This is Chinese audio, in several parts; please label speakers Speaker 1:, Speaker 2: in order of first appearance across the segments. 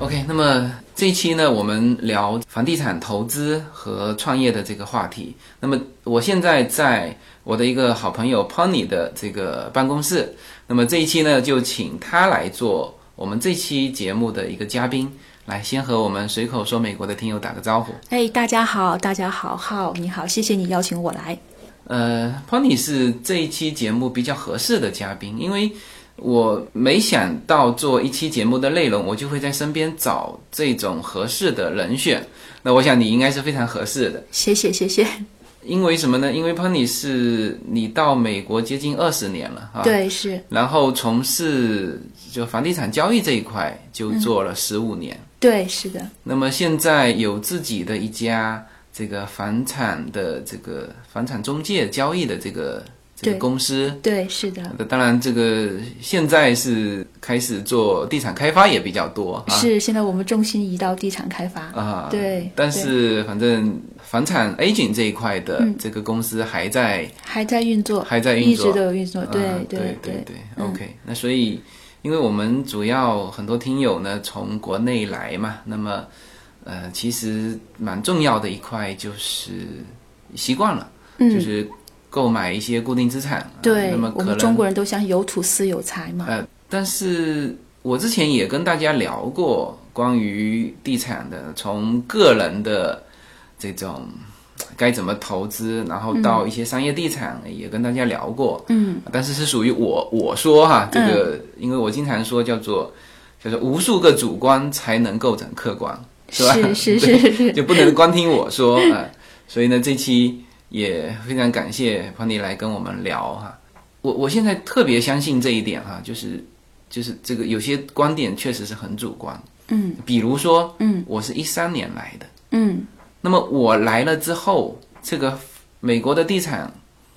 Speaker 1: OK，那么这一期呢，我们聊房地产投资和创业的这个话题。那么我现在在我的一个好朋友 Pony 的这个办公室。那么这一期呢，就请他来做我们这期节目的一个嘉宾。来，先和我们随口说美国的听友打个招呼。
Speaker 2: 哎、hey,，大家好，大家好，浩你好，谢谢你邀请我来。
Speaker 1: 呃，Pony 是这一期节目比较合适的嘉宾，因为。我没想到做一期节目的内容，我就会在身边找这种合适的人选。那我想你应该是非常合适的。
Speaker 2: 谢谢谢谢。
Speaker 1: 因为什么呢？因为 Pony 是你到美国接近二十年了啊。
Speaker 2: 对，是。
Speaker 1: 然后从事就房地产交易这一块，就做了十五年、嗯。
Speaker 2: 对，是的。
Speaker 1: 那么现在有自己的一家这个房产的这个房产中介交易的这个。这个公司
Speaker 2: 对是的，
Speaker 1: 当然这个现在是开始做地产开发也比较多，啊、
Speaker 2: 是现在我们重心移到地产开发
Speaker 1: 啊，
Speaker 2: 对。
Speaker 1: 但是反正房产 agent 这一块的这个公司还在、嗯、
Speaker 2: 还在运作，
Speaker 1: 还在运
Speaker 2: 嗯作，一直都有运作，对、
Speaker 1: 啊、
Speaker 2: 对
Speaker 1: 对
Speaker 2: 对、
Speaker 1: 嗯。OK，那所以因为我们主要很多听友呢从国内来嘛，那么呃其实蛮重要的一块就是习惯了，嗯、就是。购买一些固定资产，啊、
Speaker 2: 对，
Speaker 1: 那么
Speaker 2: 我们中国人都想有土斯有财嘛。
Speaker 1: 呃，但是我之前也跟大家聊过关于地产的，从个人的这种该怎么投资，然后到一些商业地产，嗯、也跟大家聊过。
Speaker 2: 嗯，
Speaker 1: 但是是属于我我说哈，这个、嗯、因为我经常说叫做叫做无数个主观才能构成客观，是吧？
Speaker 2: 是 是是是
Speaker 1: 就不能光听我说 啊呃。所以呢，这期。也非常感谢潘迪来跟我们聊哈、啊，我我现在特别相信这一点哈、啊，就是就是这个有些观点确实是很主观，
Speaker 2: 嗯，
Speaker 1: 比如说，
Speaker 2: 嗯，
Speaker 1: 我是一三年来的，
Speaker 2: 嗯，
Speaker 1: 那么我来了之后，这个美国的地产，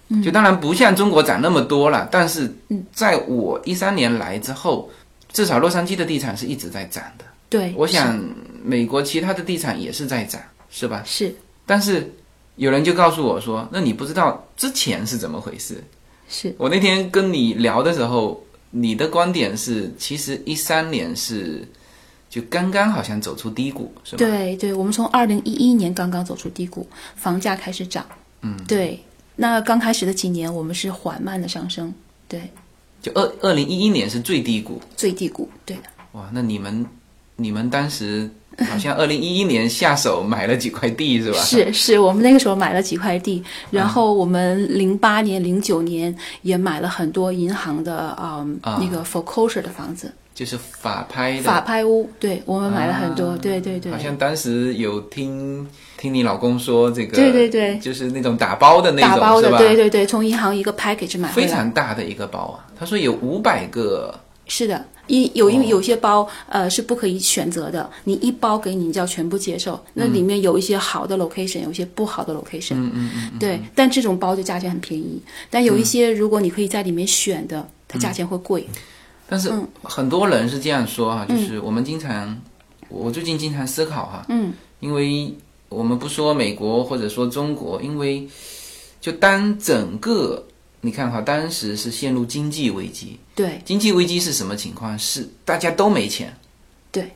Speaker 2: 嗯、
Speaker 1: 就当然不像中国涨那么多了，但是在我一三年来之后，至少洛杉矶的地产是一直在涨的，
Speaker 2: 对，
Speaker 1: 我想美国其他的地产也是在涨，是吧？
Speaker 2: 是，
Speaker 1: 但是。有人就告诉我说：“那你不知道之前是怎么回事？”
Speaker 2: 是
Speaker 1: 我那天跟你聊的时候，你的观点是，其实一三年是就刚刚好像走出低谷，是吧？
Speaker 2: 对对，我们从二零一一年刚刚走出低谷，房价开始涨。
Speaker 1: 嗯，
Speaker 2: 对。那刚开始的几年，我们是缓慢的上升。对，
Speaker 1: 就二二零一一年是最低谷，
Speaker 2: 最低谷，对的。
Speaker 1: 哇，那你们你们当时。好像二零一一年下手买了几块地是吧？
Speaker 2: 是是，我们那个时候买了几块地，然后我们零八年、零九年也买了很多银行的、嗯、啊那个 foreclosure 的房子，
Speaker 1: 就是法拍的
Speaker 2: 法拍屋。对，我们买了很多，啊、对对对。
Speaker 1: 好像当时有听听你老公说这个，
Speaker 2: 对对对，
Speaker 1: 就是那种打包的那种，
Speaker 2: 打包的，对对对，从银行一个 package 买
Speaker 1: 非常大的一个包啊，他说有五百个。
Speaker 2: 是的，一有因为有些包、哦、呃是不可以选择的，你一包给你，你就要全部接受。那里面有一些好的 location，、
Speaker 1: 嗯、
Speaker 2: 有一些不好的 location，
Speaker 1: 嗯嗯、嗯、嗯，嗯
Speaker 2: 对。但这种包就价钱很便宜，但有一些如果你可以在里面选的，嗯、它价钱会贵。
Speaker 1: 但是
Speaker 2: 嗯
Speaker 1: 很多人是这样说哈、啊，就是我们经常，我最近经常思考哈、啊，
Speaker 2: 嗯，
Speaker 1: 因为我们不说美国或者说中国，因为就当整个。你看哈，当时是陷入经济危机。
Speaker 2: 对，
Speaker 1: 经济危机是什么情况？是大家都没钱。
Speaker 2: 对，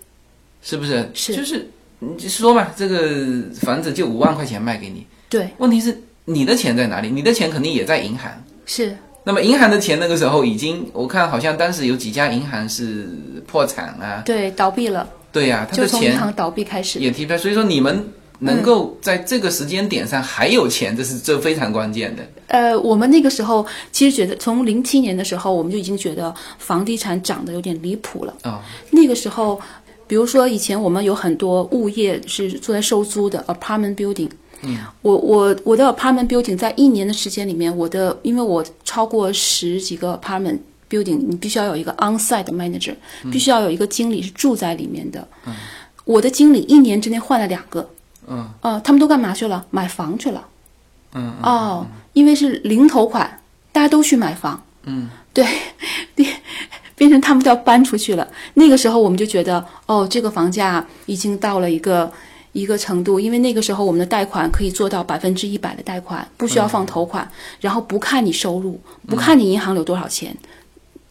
Speaker 1: 是不是？
Speaker 2: 是，
Speaker 1: 就是你就说嘛，这个房子就五万块钱卖给你。
Speaker 2: 对，
Speaker 1: 问题是你的钱在哪里？你的钱肯定也在银行。
Speaker 2: 是。
Speaker 1: 那么银行的钱那个时候已经，我看好像当时有几家银行是破产啊。
Speaker 2: 对，倒闭了。
Speaker 1: 对呀、啊，他的钱
Speaker 2: 银行倒闭开始
Speaker 1: 也提出来，所以说你们。能够在这个时间点上还有钱，嗯、这是这非常关键的。
Speaker 2: 呃，我们那个时候其实觉得，从零七年的时候，我们就已经觉得房地产涨得有点离谱了。
Speaker 1: 啊、哦，
Speaker 2: 那个时候，比如说以前我们有很多物业是做在收租的 apartment building。
Speaker 1: 嗯，
Speaker 2: 我我我的 apartment building 在一年的时间里面，我的因为我超过十几个 apartment。building，你必须要有一个 onsite manager，、
Speaker 1: 嗯、
Speaker 2: 必须要有一个经理是住在里面的。
Speaker 1: 嗯，
Speaker 2: 我的经理一年之内换了两个。
Speaker 1: 嗯
Speaker 2: 哦、呃，他们都干嘛去了？买房去了。
Speaker 1: 嗯
Speaker 2: 哦，因为是零头款，大家都去买房，
Speaker 1: 嗯，
Speaker 2: 对， 变变成他们都要搬出去了。那个时候我们就觉得，哦，这个房价已经到了一个一个程度，因为那个时候我们的贷款可以做到百分之一百的贷款，不需要放头款，然后不看你收入，不看你银行有多少钱。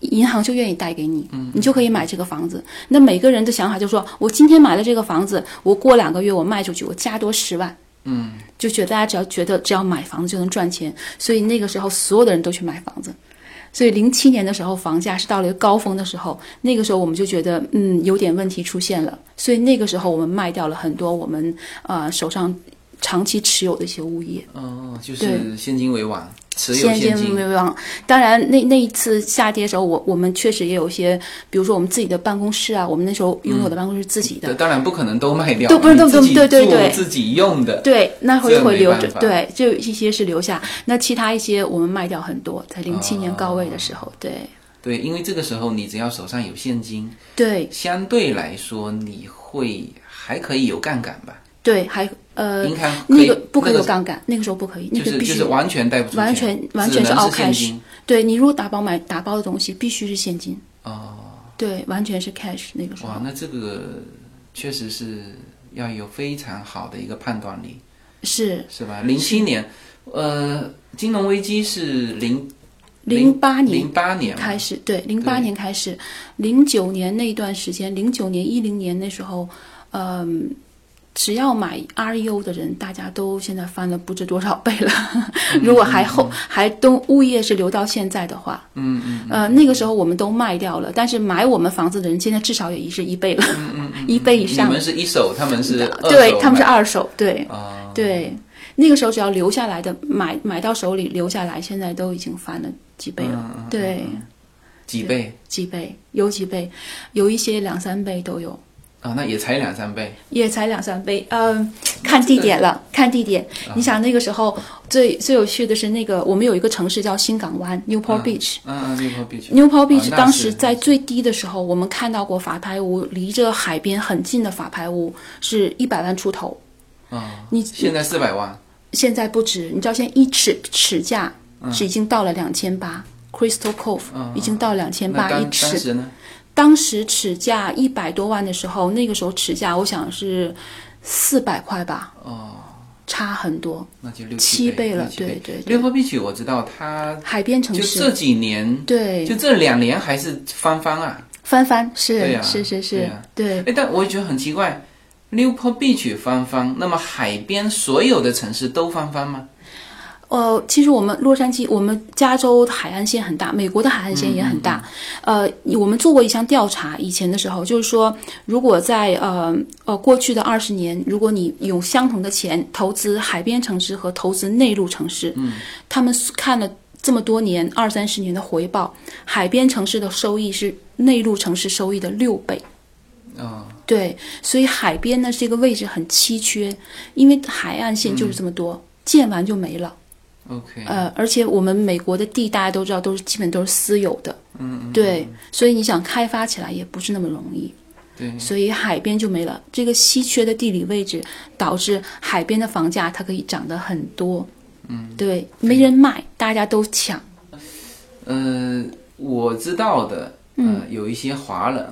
Speaker 2: 银行就愿意贷给你，你就可以买这个房子。那每个人的想法就是说，我今天买了这个房子，我过两个月我卖出去，我加多十万，
Speaker 1: 嗯，
Speaker 2: 就觉得大家只要觉得只要买房子就能赚钱，所以那个时候所有的人都去买房子。所以零七年的时候，房价是到了一个高峰的时候，那个时候我们就觉得，嗯，有点问题出现了。所以那个时候我们卖掉了很多我们呃手上长期持有的一些物业。
Speaker 1: 哦，就
Speaker 2: 对
Speaker 1: 是现金为王，持有
Speaker 2: 现
Speaker 1: 现
Speaker 2: 金
Speaker 1: 金
Speaker 2: 没，有忘。当然那，那一次下跌的时候，我我们确实也有一些，比如说我们自己的办公室啊，我们那时候拥
Speaker 1: 嗯
Speaker 2: 有的办公室是自己的。
Speaker 1: 对，当然不可能都卖掉，
Speaker 2: 都不是都
Speaker 1: 你自己
Speaker 2: 对对
Speaker 1: 住
Speaker 2: 对
Speaker 1: 自己用的，
Speaker 2: 对，那会
Speaker 1: 这
Speaker 2: 会
Speaker 1: 没
Speaker 2: 留
Speaker 1: 办
Speaker 2: 着
Speaker 1: 法，
Speaker 2: 对，就一些是留下，那其他一些我们卖掉很多，在零七年高位的
Speaker 1: 哦
Speaker 2: 时候，对
Speaker 1: 对，因为这个时候你只要手上有现金，
Speaker 2: 对
Speaker 1: 相对来说你会还可以有杠杆吧？
Speaker 2: 对，还呃
Speaker 1: 银行可以
Speaker 2: 那个不可以有
Speaker 1: 那个
Speaker 2: 杠杆，那个时候不可以，那
Speaker 1: 就
Speaker 2: 个
Speaker 1: 是
Speaker 2: 必
Speaker 1: 就
Speaker 2: 须
Speaker 1: 是完全贷不出钱，
Speaker 2: 完全完全
Speaker 1: 只能
Speaker 2: 是 all
Speaker 1: 现
Speaker 2: cash
Speaker 1: 金
Speaker 2: 对你如果打包买打包的东西必须是现金，
Speaker 1: 哦，
Speaker 2: 对，完全是 cash 那个时候
Speaker 1: 哇，那这个确实是要有非常好的一个判断力，
Speaker 2: 是
Speaker 1: 是吧？零七年，呃，金融危机是零
Speaker 2: 零八年
Speaker 1: 零八年嘛
Speaker 2: 开始，对，零八年开始，零九年那一段时间，零九年、一零年那时候，嗯、只要买 REO 的人，大家都现在翻了不知多少倍了。
Speaker 1: 嗯
Speaker 2: 如果还后、还都物业是留到现在的话，
Speaker 1: 嗯嗯
Speaker 2: 呃，那个时候我们都卖掉了，但是买我们房子的人现在至少也是一倍了，
Speaker 1: 嗯
Speaker 2: 一倍以
Speaker 1: 你
Speaker 2: 上
Speaker 1: 们。是一手，他们是二手
Speaker 2: 对，他们是
Speaker 1: 买
Speaker 2: 二手，对、
Speaker 1: 啊，
Speaker 2: 对。那个时候只要留下来的，买买到手里留下来，现在都已经翻了几倍了，
Speaker 1: 嗯嗯嗯
Speaker 2: 对。
Speaker 1: 几倍
Speaker 2: 几倍，有几倍，有一些两三倍都有，
Speaker 1: 啊，那也才两三倍，
Speaker 2: 也才两三倍。嗯，看地点了，看地点。
Speaker 1: 啊
Speaker 2: 你想那个时候最最有趣的是那个，我们有一个城市叫新港湾 （Newport
Speaker 1: 啊
Speaker 2: Beach）。
Speaker 1: 嗯嗯，Newport Beach。
Speaker 2: Newport
Speaker 1: 啊
Speaker 2: Beach
Speaker 1: 那
Speaker 2: 当
Speaker 1: 是
Speaker 2: 时在最低的时候，我们看到过法拍屋，离着海边很近的法拍屋是一百万出头。
Speaker 1: 啊，
Speaker 2: 你
Speaker 1: 现在四百万，
Speaker 2: 现在不止，你知道现在一尺尺价是已经到了两千八，Crystal Cove
Speaker 1: 嗯
Speaker 2: 已经到两千
Speaker 1: 那
Speaker 2: 八
Speaker 1: 当
Speaker 2: 一
Speaker 1: 当
Speaker 2: 尺。
Speaker 1: 时呢？
Speaker 2: 当时尺价一百多万的时候，那个时候尺价我想是四百块吧，
Speaker 1: 哦，
Speaker 2: 差很多。
Speaker 1: 那就六
Speaker 2: 七倍
Speaker 1: 倍
Speaker 2: 了
Speaker 1: 六七倍
Speaker 2: 对对对
Speaker 1: 六波必曲我知道，它
Speaker 2: 海边城
Speaker 1: 就这
Speaker 2: 市，
Speaker 1: 几年，
Speaker 2: 对
Speaker 1: 就，这两年还是翻番啊。
Speaker 2: 翻番
Speaker 1: 对
Speaker 2: 是、
Speaker 1: 呀
Speaker 2: 是是
Speaker 1: 对
Speaker 2: 是
Speaker 1: 呀，
Speaker 2: 对
Speaker 1: 哎，但我也觉得很奇怪。六坡必曲翻番，那么海边所有的城市都翻番吗？
Speaker 2: 呃，其实我们洛杉矶，我们加州海岸线很大，美国的海岸线也很大。呃，我们做过一项调查，以前的时候就是说，如果在呃呃过去的二十年，如果你用相同的钱投资海边城市和投资内陆城市，嗯，他们看了这么多年二三十年的回报，海边城市的收益是内陆城市收益的六倍。
Speaker 1: 哦，
Speaker 2: 对，所以海边呢这个位置很稀缺，因为海岸线就是这么多，建完就没了。
Speaker 1: OK，
Speaker 2: 呃，而且我们美国的地大家都知道，都是基本都是私有的，嗯，对，所以你想开发起来也不是那么容易，
Speaker 1: 对，
Speaker 2: 所以海边就没了。这个稀缺的地理位置导致海边的房价它可以涨得很多，嗯，对，没人卖，大家都抢，
Speaker 1: 呃，我知道的，呃，
Speaker 2: 嗯
Speaker 1: 有一些华人，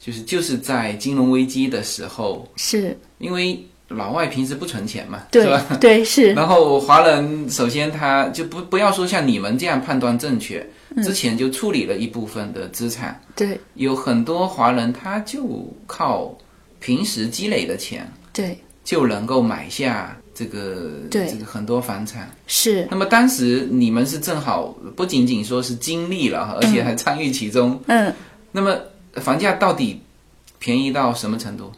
Speaker 1: 就是就是在金融危机的时候，
Speaker 2: 是
Speaker 1: 因为老外平时不存钱嘛，
Speaker 2: 对
Speaker 1: 是吧？
Speaker 2: 对是，
Speaker 1: 然后华人首先他就不不要说像你们这样判断正确，
Speaker 2: 嗯
Speaker 1: 之前就处理了一部分的资产，
Speaker 2: 对
Speaker 1: 有很多华人他就靠平时积累的钱
Speaker 2: 对
Speaker 1: 就能够买下这个
Speaker 2: 对
Speaker 1: 这个很多房产。
Speaker 2: 是，
Speaker 1: 那么当时你们是正好不仅仅说是经历了，而且还参与其中。
Speaker 2: 嗯。
Speaker 1: 那么房价到底便宜到什么程度？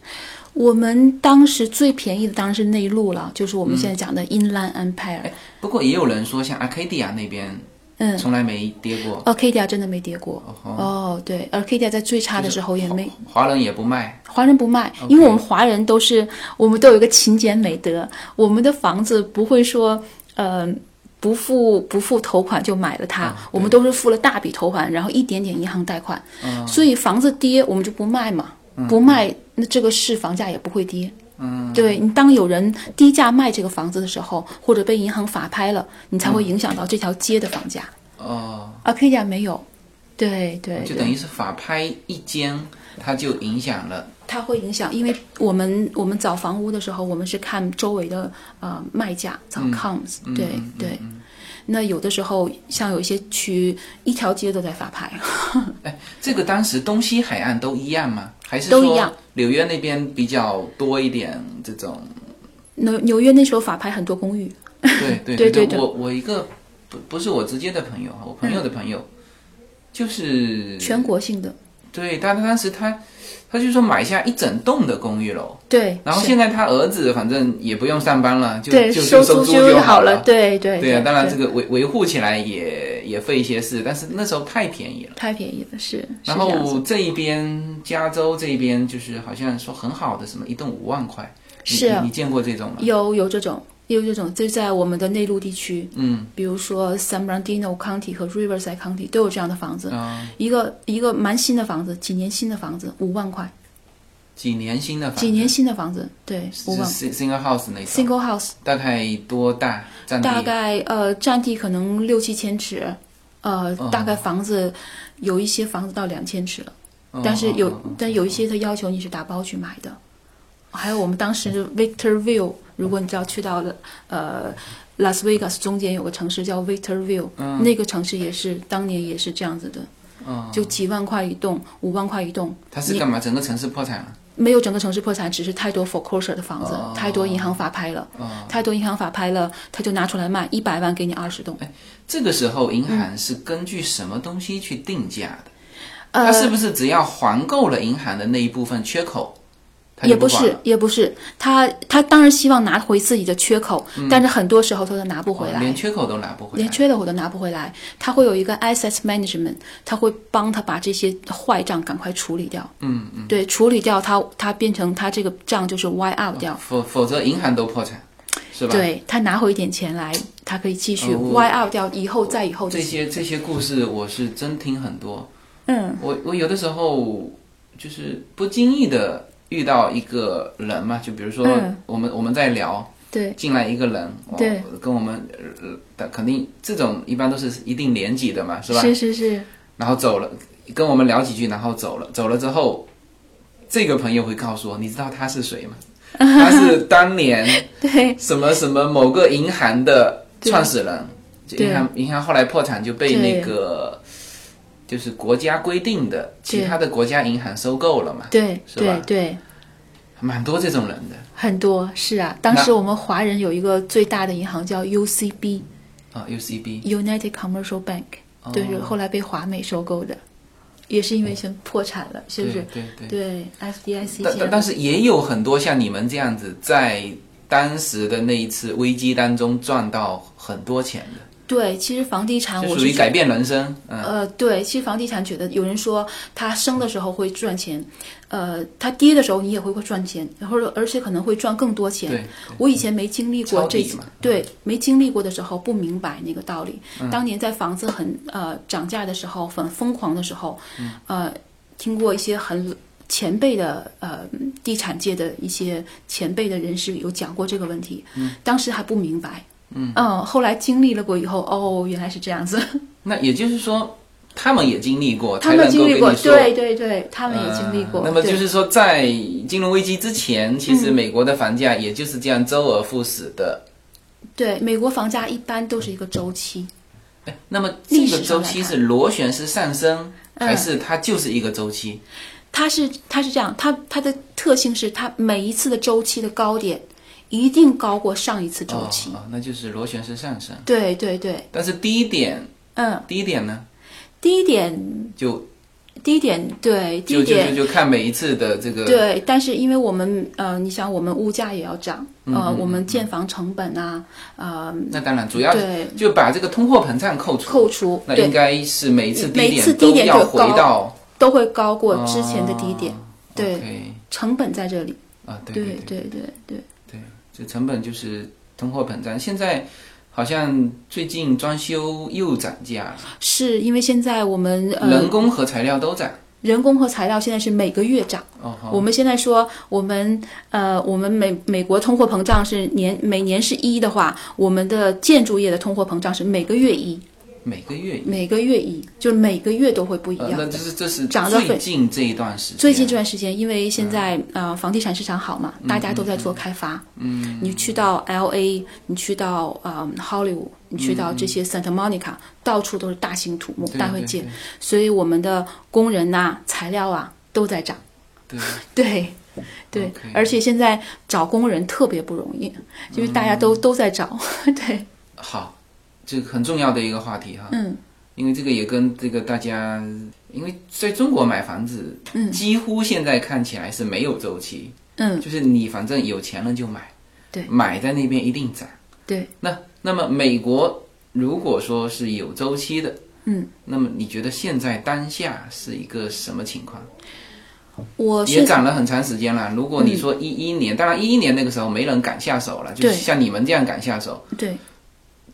Speaker 2: 我们当时最便宜的当然是内陆了，就是我们现在讲的 Inland Empire，
Speaker 1: 不过也有人说，像阿 c 迪亚那边
Speaker 2: 嗯，
Speaker 1: 从来没跌过，
Speaker 2: Arcadia 真的没跌过
Speaker 1: 哦
Speaker 2: 哦，对，Arcadia 在最差的时候也没，
Speaker 1: 华人也不卖。
Speaker 2: 华人不卖，因为我们华人都是我们都有一个勤俭美德，我们的房子不会说，呃，不付不付头款就买了它，我们都是付了大笔头款，然后一点点银行贷款，所以房子跌我们就不卖嘛，不卖那这个市房价也不会跌，嗯，对你当有人低价卖这个房子的时候，或者被银行法拍了，你才会影响到这条街的房价。啊
Speaker 1: 哦，
Speaker 2: Arcadia 没有，对对，
Speaker 1: 就
Speaker 2: 对
Speaker 1: 等于是法拍一间，它就影响了。
Speaker 2: 它会影响，因为我们我们找房屋的时候，我们是看周围的呃卖价，找
Speaker 1: 嗯
Speaker 2: comes，、对对。那有的时候，像有一些区一条街都在法拍，
Speaker 1: 哎，这个当时东西海岸都一样吗？还是
Speaker 2: 都
Speaker 1: 说
Speaker 2: 一样
Speaker 1: 纽约那边比较多一点这 种？
Speaker 2: 纽纽约那时候法拍很多公寓，
Speaker 1: 对对
Speaker 2: 对
Speaker 1: 对
Speaker 2: 对对嗯
Speaker 1: 我我一个不不是我直接的朋友哈，我朋友的朋友，就是
Speaker 2: 全国性的，
Speaker 1: 对，但他当时他他就说买下一整栋的公寓楼，
Speaker 2: 对。
Speaker 1: 然后
Speaker 2: 是
Speaker 1: 现在他儿子反正也不用上班了，就
Speaker 2: 对
Speaker 1: 就
Speaker 2: 收
Speaker 1: 就收
Speaker 2: 租
Speaker 1: 就
Speaker 2: 好
Speaker 1: 了。
Speaker 2: 对对
Speaker 1: 对啊，当然这
Speaker 2: 对
Speaker 1: 个维维护起来也也费一些事，但是那时候太便宜了。
Speaker 2: 太便宜了，是是
Speaker 1: 然
Speaker 2: 这样子
Speaker 1: 后。这一边加州这一边就是好像说很好的什么一栋五万块，你
Speaker 2: 是啊
Speaker 1: 你你见过这种吗？
Speaker 2: 有有这种，有这种，就在我们的内陆地区，
Speaker 1: 嗯，
Speaker 2: 比如说 San Bernardino County 和 Riverside County 都有这样的房子，
Speaker 1: 啊
Speaker 2: 一个一个蛮新的房子，几年新的房子，五万块，
Speaker 1: 几年新的房子，
Speaker 2: 几年新的房子，对，五
Speaker 1: 是
Speaker 2: 万。
Speaker 1: 是嗯 single house 那种，
Speaker 2: Single house
Speaker 1: 大概多大占地？
Speaker 2: 大概呃占地可能六七千尺，呃、
Speaker 1: 哦
Speaker 2: 大概房子有一些房子到两千尺了，
Speaker 1: 嗯
Speaker 2: 但是有、
Speaker 1: 嗯嗯
Speaker 2: 但有一些它要求你是打包去买的，还有我们当时
Speaker 1: 嗯
Speaker 2: Victorville，如果你知道去到了呃拉斯维加斯中间有个城市叫 Victorville，、那个城市也是当年也是这样子的，
Speaker 1: 嗯
Speaker 2: 就几万块一栋，五万块一栋，
Speaker 1: 它是
Speaker 2: 你
Speaker 1: 干嘛？整个城市破产了？
Speaker 2: 没有整个城市破产，只是太多 foreclosure 的房子，
Speaker 1: 哦
Speaker 2: 太多银行法拍了，
Speaker 1: 哦
Speaker 2: 太多银行法拍了，他就拿出来卖一百万给你二十栋。
Speaker 1: 哎这个时候
Speaker 2: 嗯
Speaker 1: 银行是根据什么东西去定价的？它
Speaker 2: 呃，
Speaker 1: 是不是只要还够了银行的那一部分缺口，它就
Speaker 2: 也不
Speaker 1: 管
Speaker 2: 是
Speaker 1: 了，
Speaker 2: 也不是，他他当然希望拿回自己的缺口，
Speaker 1: 嗯
Speaker 2: 但是很多时候他都拿不回来，
Speaker 1: 哦连缺口都拿不回来
Speaker 2: 连？缺的我都拿不回来。他会有一个 asset management，他会帮他把这些坏账赶快处理掉。
Speaker 1: 嗯嗯，
Speaker 2: 对，处理掉它，它变成它这个账就是 y out 掉。
Speaker 1: 否否则银行都破产，哦是吧？
Speaker 2: 对他拿回一点钱来，他可以继续
Speaker 1: 哦我
Speaker 2: y out 掉，以后再以后就
Speaker 1: 这些这些故事我是真听很多。
Speaker 2: 嗯，
Speaker 1: 我我有的时候就是不经意的遇到一个人嘛，就比如说
Speaker 2: 嗯
Speaker 1: 我们、我们在聊，
Speaker 2: 对
Speaker 1: 进来一个人，哦
Speaker 2: 对，
Speaker 1: 跟我们呃呃肯定这种一般都是一定年纪的嘛，是吧？
Speaker 2: 是是是，
Speaker 1: 然后走了，跟我们聊几句，然后走了。走了之后，这个朋友会告诉我，你知道他是谁吗？他是当年
Speaker 2: 对
Speaker 1: 什么什么某个银行的创始人，就
Speaker 2: 对
Speaker 1: 银行银行后来破产就被
Speaker 2: 对
Speaker 1: 那个就是国家规定的其他的国家银行收购了嘛，
Speaker 2: 对
Speaker 1: 是吧
Speaker 2: 对对，
Speaker 1: 蛮多这种人的
Speaker 2: 很多是啊。当时
Speaker 1: 那
Speaker 2: 我们华人有一个最大的银行叫 UCB
Speaker 1: 啊、UCB
Speaker 2: United Commercial Bank，就是
Speaker 1: 哦
Speaker 2: 后来被华美收购的，也是因为先破产了，是不是？
Speaker 1: 对哦对对
Speaker 2: 对，FDIC
Speaker 1: 但但
Speaker 2: 先
Speaker 1: 但是也有很多像你们这样子，在当时的那一次危机当中赚到很多钱的，
Speaker 2: 对，其实房地产
Speaker 1: 就
Speaker 2: 我
Speaker 1: 属
Speaker 2: 是
Speaker 1: 于
Speaker 2: 觉
Speaker 1: 改变人生。嗯，
Speaker 2: 呃，对，其实房地产觉得有人说它升的时候会赚钱，呃，它跌的时候你也会会赚钱，或者而且可能会赚更多钱。
Speaker 1: 对对
Speaker 2: 我以前没经历过
Speaker 1: 抄
Speaker 2: 这
Speaker 1: 底嘛
Speaker 2: 对，没经历过的时候不明白那个道理。
Speaker 1: 嗯
Speaker 2: 当年在房子很呃涨价的时候，很疯狂的时候，
Speaker 1: 嗯
Speaker 2: 呃，听过一些很。前辈的呃，地产界的一些前辈的人士有讲过这个问题，
Speaker 1: 嗯
Speaker 2: 当时还不明白，嗯后来经历了过以后，哦，原来是这样子。
Speaker 1: 那也就是说，他们也经历过，
Speaker 2: 他
Speaker 1: 才
Speaker 2: 们
Speaker 1: 能
Speaker 2: 经
Speaker 1: 够
Speaker 2: 历
Speaker 1: 跟
Speaker 2: 过，
Speaker 1: 你说嗯
Speaker 2: 对对对，他们也经历过。
Speaker 1: 呃那么就
Speaker 2: 对嗯
Speaker 1: 是说，在金融危机之前，其实美国的房价也就是这样周而复始的。
Speaker 2: 对美国房价一般都是一个周期，
Speaker 1: 哎，那么这
Speaker 2: 历
Speaker 1: 个
Speaker 2: 史上
Speaker 1: 周
Speaker 2: 来
Speaker 1: 期
Speaker 2: 看
Speaker 1: 是螺旋式上升，
Speaker 2: 嗯
Speaker 1: 还是它就是一个周期？
Speaker 2: 它是它是这样，它它的特性是它每一次的周期的高点一定高过上一次嗯周期。
Speaker 1: 哦哦，那就是螺旋式上升。
Speaker 2: 对对对，
Speaker 1: 但是低点，
Speaker 2: 嗯，
Speaker 1: 低点呢，
Speaker 2: 第一点
Speaker 1: 就
Speaker 2: 第一点对第
Speaker 1: 就
Speaker 2: 一
Speaker 1: 就
Speaker 2: 点
Speaker 1: 就就看每一次的这个
Speaker 2: 对，但是因为我们呃，你想我们物价也要涨，呃，
Speaker 1: 嗯嗯
Speaker 2: 我们建房成本啊，呃，
Speaker 1: 那当然主要
Speaker 2: 对
Speaker 1: 就把这个通货膨胀扣除，
Speaker 2: 扣除
Speaker 1: 那
Speaker 2: 对
Speaker 1: 应该是每一次低
Speaker 2: 每次
Speaker 1: 都
Speaker 2: 低点
Speaker 1: 要
Speaker 2: 就
Speaker 1: 回
Speaker 2: 高
Speaker 1: 到
Speaker 2: 都会高过之前的低点，对
Speaker 1: o k
Speaker 2: 成本在这里。
Speaker 1: 啊，哦对
Speaker 2: 对
Speaker 1: 对
Speaker 2: 对对对。
Speaker 1: 对，这成本就是通货膨胀。现在好像最近装修又涨价了，
Speaker 2: 是因为现在我们呃
Speaker 1: 人工和材料都涨，
Speaker 2: 人工和材料现在是每个月涨。
Speaker 1: 哦，好
Speaker 2: 我们现在说，我们呃，我们美美国通货膨胀是年每年是一的话，我们的建筑业的通货膨胀是每个月一，
Speaker 1: 每个月一
Speaker 2: 每个月一，就是每个月都会不一
Speaker 1: 呃，
Speaker 2: 样。
Speaker 1: 那这是这是
Speaker 2: 涨得
Speaker 1: 最
Speaker 2: 很
Speaker 1: 近这一段时间，
Speaker 2: 最近这段时间，因为现在
Speaker 1: 嗯
Speaker 2: 呃房地产市场好嘛，大家都在做开发。嗯，你去到 L A，你去到嗯 Hollywood，你去到这些 Santa Monica，到处都是大型土木、
Speaker 1: 嗯对
Speaker 2: 大会
Speaker 1: 对
Speaker 2: 建，所以我们的工人呐、材料啊都在涨。
Speaker 1: 对
Speaker 2: 对，对
Speaker 1: OK
Speaker 2: 而且现在找工人特别不容易，因为大家
Speaker 1: 嗯
Speaker 2: 都、都在 找。对，
Speaker 1: 好，这个很重要的一个话题哈，
Speaker 2: 嗯，
Speaker 1: 因为这个也跟这个大家，因为在中国买房子，
Speaker 2: 嗯
Speaker 1: 几乎现在看起来是没有周期，
Speaker 2: 嗯，
Speaker 1: 就是你反正有钱了就买，
Speaker 2: 对
Speaker 1: 买在那边一定涨。
Speaker 2: 对，
Speaker 1: 那那么美国如果说是有周期的，
Speaker 2: 嗯，
Speaker 1: 那么你觉得现在当下是一个什么情况？
Speaker 2: 我
Speaker 1: 也
Speaker 2: 哦现在嗯
Speaker 1: 涨了很长时间了。如果你说一一年，当然一一年那个时候没人敢下手了，就
Speaker 2: 对
Speaker 1: 是像你们这样敢下手，
Speaker 2: 对，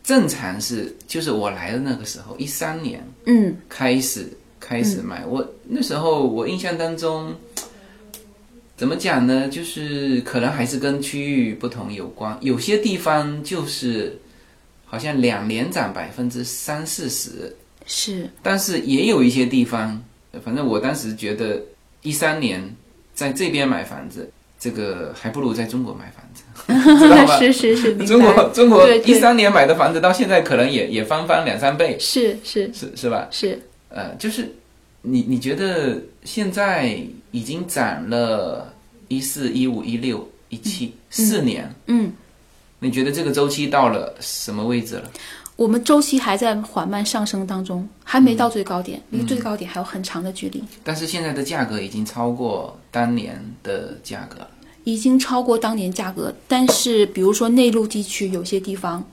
Speaker 1: 正常是就是我来的那个时候，一三年
Speaker 2: 嗯
Speaker 1: 开始开始买。我那时候我印象当中，怎么讲呢？就是可能还是跟区域不同有关，有些地方就是好像两年涨百分之三四十，
Speaker 2: 是，
Speaker 1: 但是也有一些地方，呃反正我当时觉得一三年在这边买房子，这个还不如在中国买房子。 知道吧
Speaker 2: 是是是，明白
Speaker 1: 中国中国
Speaker 2: 对
Speaker 1: 一
Speaker 2: 对
Speaker 1: 三年买的房子，到现在可能也也翻番两三倍，
Speaker 2: 是是
Speaker 1: 是是吧？
Speaker 2: 是，
Speaker 1: 呃，就是你你觉得现在已经涨了一四一五一六一七四年，
Speaker 2: 嗯，
Speaker 1: 你觉得这个周期到了什么位置了？
Speaker 2: 我们周期还在缓慢上升当中，还没
Speaker 1: 嗯
Speaker 2: 到最高点，离、最高点还有很长的距离，
Speaker 1: 但是现在的价格已经超过当年的价格了。
Speaker 2: 已经超过当年价格。但是，比如说内陆地区有些地方，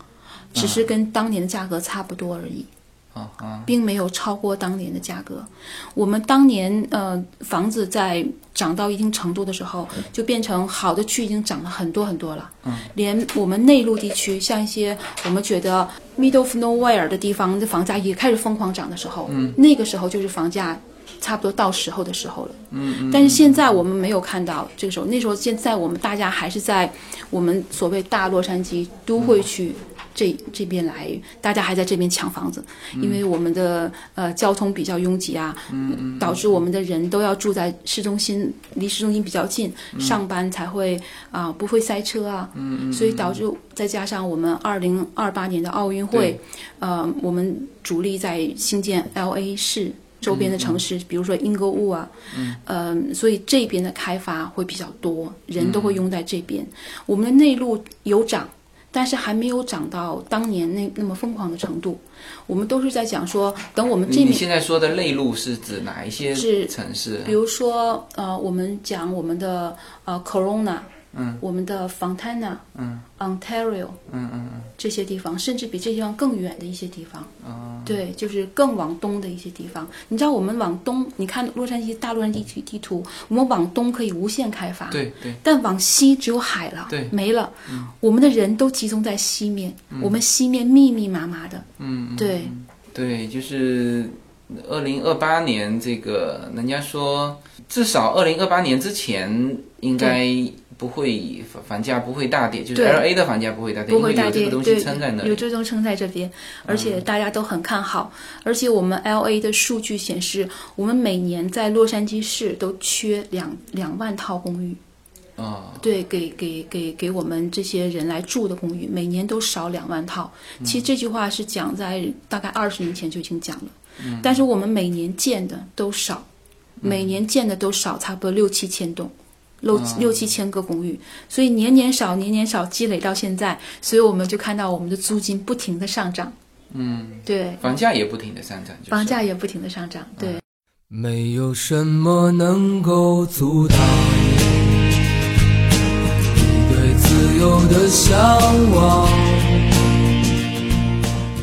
Speaker 2: 只是跟当年的价格差不多而已。
Speaker 1: 啊啊，
Speaker 2: 并没有超过当年的价格。我们当年呃房子在涨到一定程度的时候，就变成好的区已经涨了很多很多了。嗯，连我们内陆地区，像一些我们觉得 middle of nowhere 的地方的房价也开始疯狂涨的时候，嗯，那个时候就是房价。差不多到时候的时候了，嗯，但是现在我们没有看到这个时候，那时候现在我们大家还是在我们所谓大洛杉矶都会区这这边来，大家还在这边抢房子，因为我们的呃交通比较拥挤啊，导致我们的人都要住在市中心，离市中心比较近，上班才会啊、不会塞车啊，所以导致再加上我们二零二八年的奥运会
Speaker 1: 对，
Speaker 2: 呃，我们主力在兴建 L A 市。周边的城市，比如说英格物啊，嗯、呃，所以这边的开发会比较多，人都会拥在这边。我们的内陆有涨，但是还没有涨到当年那那么疯狂的程度。我们都是在讲说，等我们这
Speaker 1: 你你
Speaker 2: 面，
Speaker 1: 现在说的内陆是指哪一些
Speaker 2: 是
Speaker 1: 城市？
Speaker 2: 比如说呃，我们讲我们的呃 Corona，嗯，我们的 Fontana，嗯，Ontario，
Speaker 1: 嗯嗯嗯，
Speaker 2: 这些地方，甚至比这地方更远的一些地方，
Speaker 1: 哦
Speaker 2: 对，就是更往东的一些地方。你知道，我们往东，你看洛杉矶大洛杉矶地地图，我们往东可以无限开发，
Speaker 1: 对对，
Speaker 2: 但往西只有海了，
Speaker 1: 对嗯
Speaker 2: 没了。我们的人都集中在西面，我们西面密密麻麻的，
Speaker 1: 嗯，嗯
Speaker 2: 对，
Speaker 1: 对，就是二零二八年这个，人家说至少二零二八年之前应该不会房房价不会大跌，就是
Speaker 2: 对
Speaker 1: L A 的房价不会大跌，
Speaker 2: 不
Speaker 1: 因
Speaker 2: 会
Speaker 1: 为
Speaker 2: 大
Speaker 1: 有这
Speaker 2: 跌，
Speaker 1: 个东
Speaker 2: 对
Speaker 1: 西撑在那，
Speaker 2: 有
Speaker 1: 里。嗯
Speaker 2: 这东西撑在这边，而且大家都很看好。而且我们 L A 的数据显示，我们每年在洛杉矶市都缺两两万套公寓，
Speaker 1: 哦，
Speaker 2: 对，给给给给我们这些人来住的公寓，每年都少两万套。其实这句话是讲在大概二十年前就已经讲了，
Speaker 1: 嗯
Speaker 2: 但是我们每年建的都少，每年建的都少，差不多六七千栋。六
Speaker 1: 嗯
Speaker 2: 六七千个公寓，所以年年少，年年少，积累到现在，所以我们就看到我们的租金不停的上涨，
Speaker 1: 嗯，
Speaker 2: 对，
Speaker 1: 房价也不停的上涨，就是
Speaker 2: 房价也不停的上涨，对。
Speaker 1: 嗯
Speaker 3: 没有什么能够阻挡你对自由的向往。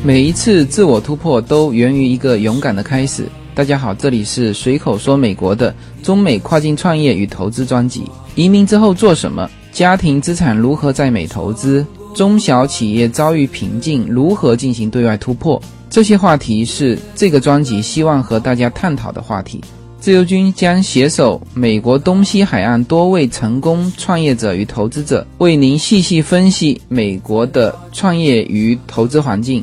Speaker 1: 每一次自我突破都源于一个勇敢的开始。大家好，这里是随口说美国的中美跨境创业与投资专辑。移民之后做什么？家庭资产如何在美投资？中小企业遭遇瓶颈，如何进行对外突破？这些话题是这个专辑希望和大家探讨的话题。自由军将携手美国东西海岸多位成功创业者与投资者，为您细细分析美国的创业与投资环境，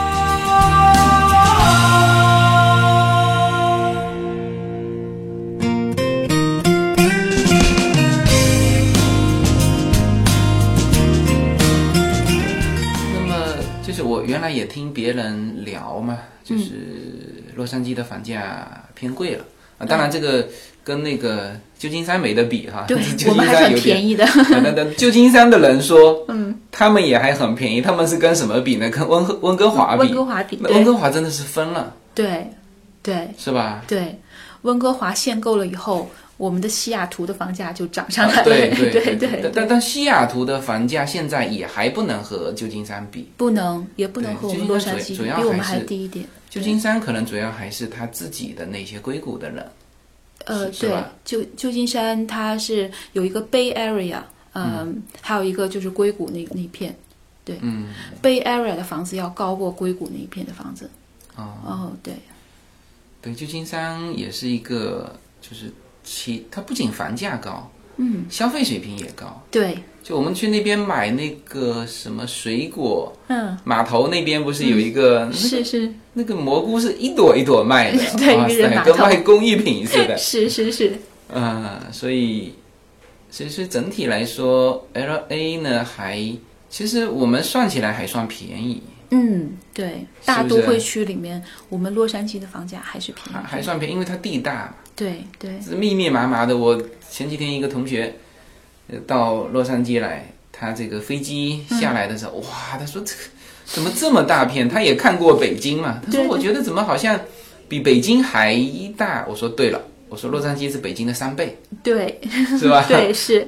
Speaker 1: 那么就是我原来也听别人聊嘛，
Speaker 2: 嗯
Speaker 1: 就是洛杉矶的房价偏贵了啊。当然这个跟那个旧金山没得比哈，
Speaker 2: 对
Speaker 1: 旧
Speaker 2: 我
Speaker 1: 金
Speaker 2: 们还是
Speaker 1: 山
Speaker 2: 很
Speaker 1: 有点啊
Speaker 2: 便宜的。
Speaker 1: 那那旧金山的人说，嗯，他们也还很便宜，他们是跟什么比呢？跟温和温哥华比。
Speaker 2: 温哥华比
Speaker 1: 那温
Speaker 2: 对
Speaker 1: 哥华真的是疯了，
Speaker 2: 对对
Speaker 1: 是吧？
Speaker 2: 对，温哥华限购了以后，我们的西雅图的房价就涨上来了。
Speaker 1: 啊 对
Speaker 2: 对
Speaker 1: 对但但但西雅图的房价现在也还不能和旧金山比，
Speaker 2: 不能也不能
Speaker 1: 对
Speaker 2: 和我们
Speaker 1: 旧
Speaker 2: 洛
Speaker 1: 金山
Speaker 2: 杉
Speaker 1: 主
Speaker 2: 矶
Speaker 1: 主
Speaker 2: 比
Speaker 1: 要，
Speaker 2: 比我们
Speaker 1: 还是
Speaker 2: 还低一点。
Speaker 1: 旧金山可能主要还是他自己的那些硅谷的人，
Speaker 2: 呃，
Speaker 1: 是是
Speaker 2: 对
Speaker 1: 吧，
Speaker 2: 旧旧金山它是有一个 Bay Area，、嗯，还有一个就是硅谷那那一片，对，
Speaker 1: 嗯
Speaker 2: Bay Area 的房子要高过硅谷那一片的房子。
Speaker 1: 啊、
Speaker 2: 哦，对，
Speaker 1: 对，旧金山也是一个就是其它不仅房价高，
Speaker 2: 嗯，
Speaker 1: 消费水平也高。
Speaker 2: 对，
Speaker 1: 就我们去那边买那个什么水果，
Speaker 2: 嗯，
Speaker 1: 码头那边不是有一个、那
Speaker 2: 是是
Speaker 1: 那个蘑菇是一朵一朵卖的，
Speaker 2: 对
Speaker 1: 哇
Speaker 2: 渔人
Speaker 1: 塞，
Speaker 2: 码
Speaker 1: 跟
Speaker 2: 头。
Speaker 1: 卖工艺品似的
Speaker 2: 是是是，
Speaker 1: 嗯，所以其实整体来说，L A 呢还其实我们算起来还算便宜，
Speaker 2: 嗯，对，大
Speaker 1: 是
Speaker 2: 都
Speaker 1: 不是
Speaker 2: 会区里面，我们洛杉矶的房价还是便
Speaker 1: 还
Speaker 2: 宜。
Speaker 1: 还算便宜，因为它地大嘛，
Speaker 2: 对对，
Speaker 1: 是密密麻麻的。我前几天一个同学呃到洛杉矶来，他这个飞机
Speaker 2: 嗯
Speaker 1: 下来的时候，哇，他说这个怎么这么大片？他也看过北京嘛，他说
Speaker 2: 对
Speaker 1: 我
Speaker 2: 对
Speaker 1: 觉得怎么好像比北京还大。我说对了，我说洛杉矶是北京的三 倍，
Speaker 2: 对
Speaker 1: 是吧？
Speaker 2: 对是，